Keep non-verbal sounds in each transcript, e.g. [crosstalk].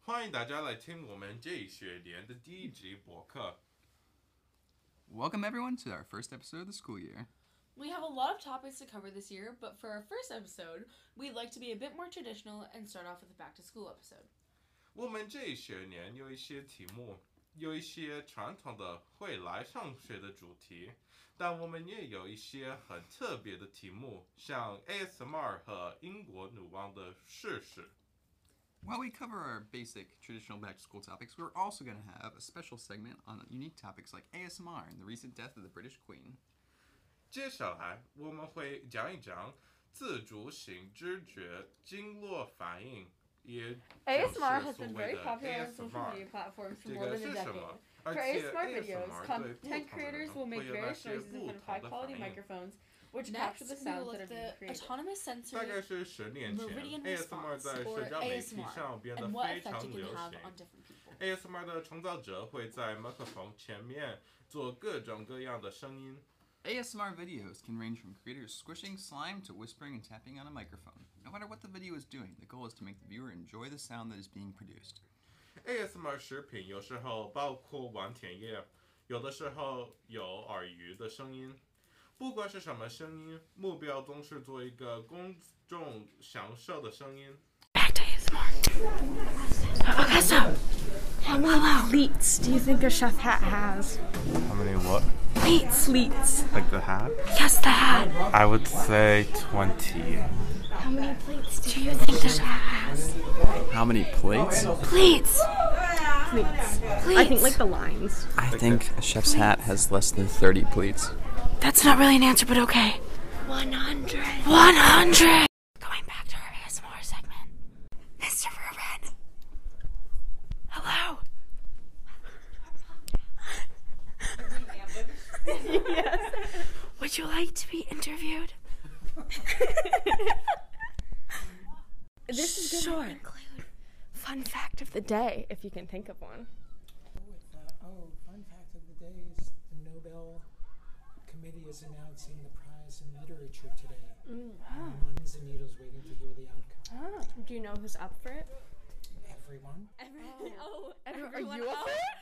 欢迎大家来听我们这一学年的第一集博客。 Welcome everyone to our first episode of the school year. We have a lot of topics to cover this year, but for our first episode, we'd like to be a bit more traditional and start off with a back to school episode. 我们这一学年有一些题目，有一些传统的会来上学的主题，但我们也有一些很特别的题目，像 ASMR 和英国女王的逝世。 While we cover our basic traditional back to school topics, we're also going to have a special segment on unique topics like ASMR and the recent death of the British Queen. 接下来我们会讲一讲自主型知觉经络反应，也就是 ASMR has been 所 very 谓的 popular on social ASMR media platforms for 这 more 个 than 是 a 什 decade. 么？而 For 且 ASMR videos, ASMR 对不同 content 的人 creators will 会 make 有那 various 些 noises in 不 front of 同 high 的 quality 反应。 microphones, which capture Next, the we sounds will that at have been the created. autonomous 大概 sensory 是十年前 meridian ，ASMR response 在 or 社交媒体 ASMR 上变得 and what 非 effect 常 it 流 can have 行。 on different [laughs] people. ASMR 的创造者会在麦克风前面做各种各样的声音。 ASMR videos can range from creators squishing slime to whispering and tapping on a microphone. No matter what the video is doing, the goal is to make the viewer enjoy the sound that is being produced. ASMR 食品有时候包括玩田叶，有的时候有耳语的声音。不管是什么声音，目标总是做一个公众享受的声音。Oh, Okay, so how many leets do you think a chef hat has? How many what? Leets, leets. Like the hat? Yes, the hat. I would say 20. How many plates do you think a chef has? How many plates? Plates. Plates. Plates. I think like the lines. I think a chef's hat has less than 30 plates. That's not really an answer, but okay. 100. 100. Going back to our ASMR segment. Mr. Rubin. Hello. yes. Would you like to be [laughs] interviewed? this is going to include fun fact of the day, if you can think of one. with that. Oh, fun fact of the day is the Nobel Committee is announcing the prize in literature today. Mm, ah. And I'm on pins and needles waiting to hear the outcome. Do you know who's up for it? Everyone. [laughs] Oh, everyone are you up for it?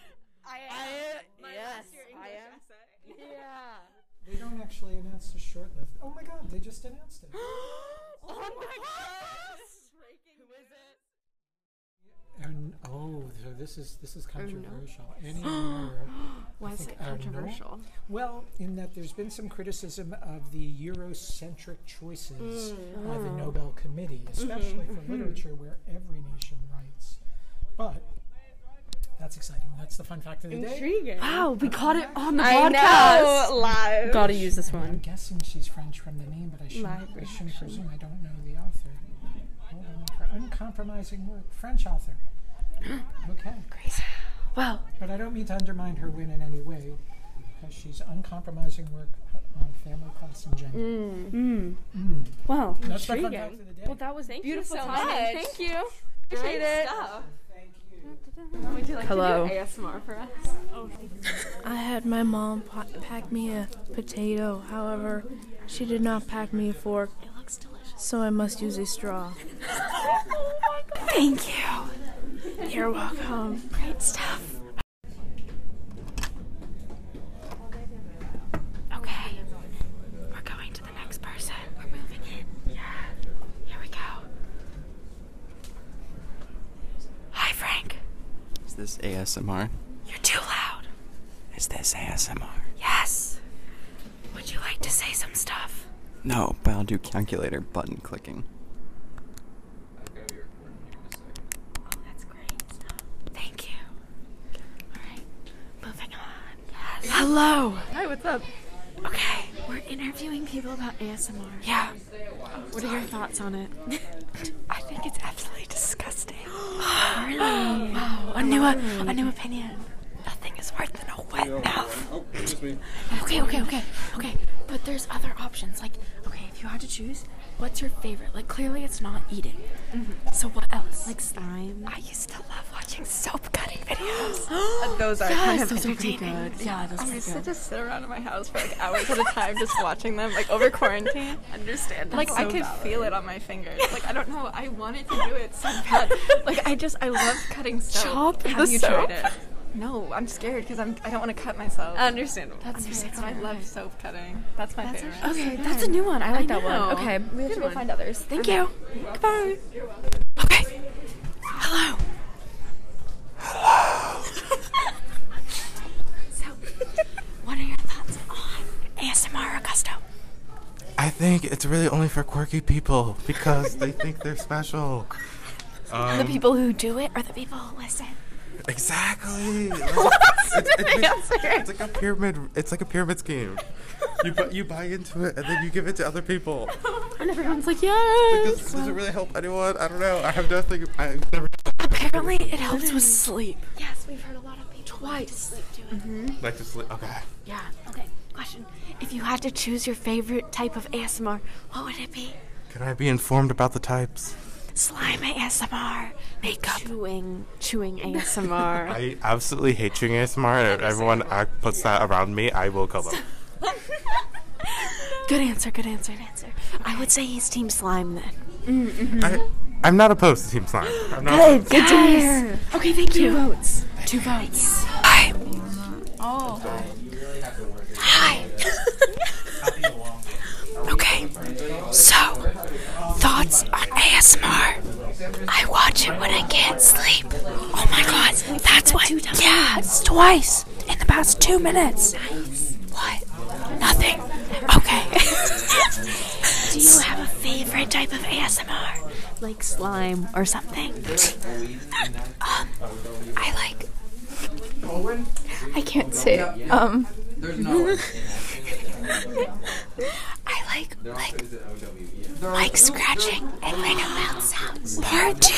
I am. yes, I am. Yeah. They don't actually announce the shortlist. Oh my god, they just [gasps] announced it. oh my And oh, so this is this [gasps] is controversial. Anymore. Oh, Why is it controversial? Well, in that there's been some criticism of the Eurocentric choices of the Nobel Committee, especially for literature where every nation writes. But that's exciting. That's the fun fact of the day. Wow, Oh, we caught it on Ah, the podcast. live. Gotta use this I'm guessing she's French from the name, but I shouldn't, I shouldn't presume I don't know the author. Hold on. For uncompromising work, [gasps] French author. Okay. Wow. But I don't mean to undermine her win in any way, because she's uncompromising work on family, class, and gender. Mm. Mm. Wow. That's my fun fact of the day. Well, that was thank beautiful. You so much. Thank you. Appreciate it. Hello. I had my mom pa- pack me a potato. However, she did not pack me a fork, It looks delicious. so I must use a straw. [laughs] Thank you. You're welcome. Great stuff. Okay. We're going to the next person. We're moving in. Yeah. Here we go. Hi, Frank. Is this ASMR? You're too loud. Is this ASMR? Yes. Would you like to say some stuff? No, but I'll do calculator button clicking. Oh, that's great stuff. Thank you. All right. Moving on. Yes. Hello. Hi, what's up? Okay. We're interviewing people about ASMR. Yeah. What are your thoughts on it? [laughs] I think it's absolutely disgusting. [gasps] really? [gasps] Wow. A new, a new opinion. Nothing is worse than a wet mouth. Oh, Okay, okay, okay, okay. But there's other options. Like, okay, if you had to choose, Mm-hmm. what's your favorite? Like, clearly it's not eating. So what else? Like slime. I used to love wet watching soap [gasps] cutting videos. those are kind of entertaining. Yeah, those I used to just sit around in my house for like [laughs] hours at a time, just watching them, like over quarantine. Understand. Like I could feel it on my fingers. Like I don't know, I wanted to do it so bad. Like I just, I love cutting soap. Chop Have the you soap? tried it? No, I'm scared because I'm, I don't want to cut myself. Understandable. That's That's really why I good. love soap cutting. That's my favorite. Okay, that's a new one. I like that know. one. Okay. we have to go find others. Thank you. Goodbye. Okay. Hello. so, what are your thoughts on ASMR, Augusto? I think it's really only for quirky people because they think they're special. Um, the people who do it or the people who [laughs] listen? Exactly. It's, it's, like, it's like a pyramid. It's like a pyramid scheme. You bu- you buy into it and then you give it to other people. [laughs] And everyone's like, yes. Does, does it really help anyone? I don't know. I have nothing. I never Apparently, it helps with sleep. Yes, we've heard a lot of people twice sleep to it. like to sleep. Okay. Yeah. Okay. Question: If you had to choose your favorite type of ASMR, what would it be? Can I be informed about the types? Slime ASMR, makeup, chewing, chewing ASMR. I absolutely hate chewing ASMR. and If everyone act, puts that around me, I will kill them. [laughs] good answer. Good answer. Good answer. I would say he's Team Slime then. I, I'm not opposed to Team Slime. I'm not opposed. Good yes. Okay. Thank you. Two votes. Two votes. Hi. Oh. [laughs] Hi. okay. So, thoughts on ASMR? I watch it when I can't sleep. Oh my god, that's what. Yeah, it's twice in the past two minutes. What? Nothing. Okay. [laughs] Do you have a favorite type of ASMR? Like slime or something? [laughs] um, I like. I can't say. Um. [laughs] I like like like scratching and random mouth sounds. Part two,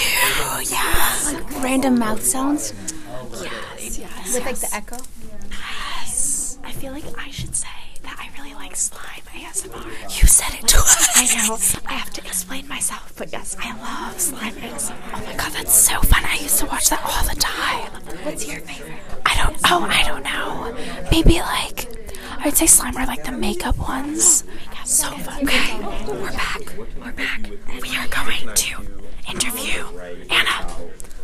yes. Like random mouth sounds. Yes, yes. With like the echo. Yes. I feel like I should say that I really like slime ASMR. You said it twice. I know. I have to explain myself, but yes, I love slime ASMR. Oh my god, that's so fun. I used to watch that all the time. What's your favorite? I don't. Oh, I don't know. Maybe like I'd say slime are like the makeup ones. So fun. Okay, we're back. We're back. We are going to interview Anna.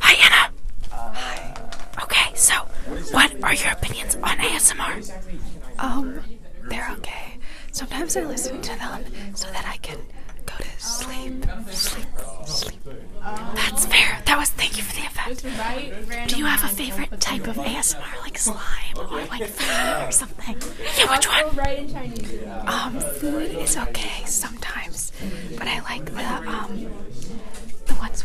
Hi, Anna. Hi. Okay, so what are your opinions on ASMR? Um, they're okay. Sometimes I listen to them so that I can go to sleep. Sleep. Sleep. That's fair. That was thank you for the effect. Do you have a favorite type of ASMR, like slime or like food or something? Yeah, which one? Um, food is okay sometimes, but I like the um, the ones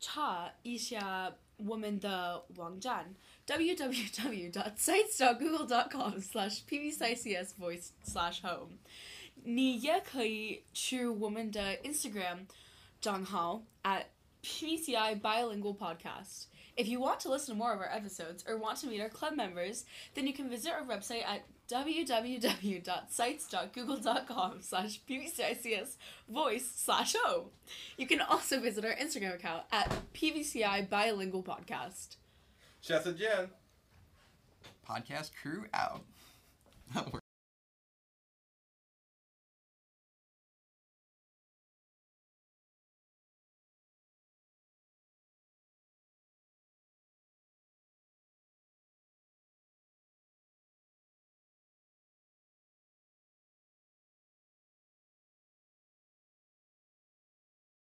查一下我们的网站 www.sites.google.com/pbsicsvoice/home。你也可以去我们的 Instagram 账号 at PCI Bilingual Podcast. If you want to listen to more of our episodes or want to meet our club members, then you can visit our website at www.sites.google.com slash pvcics voice slash home. You can also visit our Instagram account at PVCI Bilingual Podcast. 下次见。 [laughs] Podcast crew out.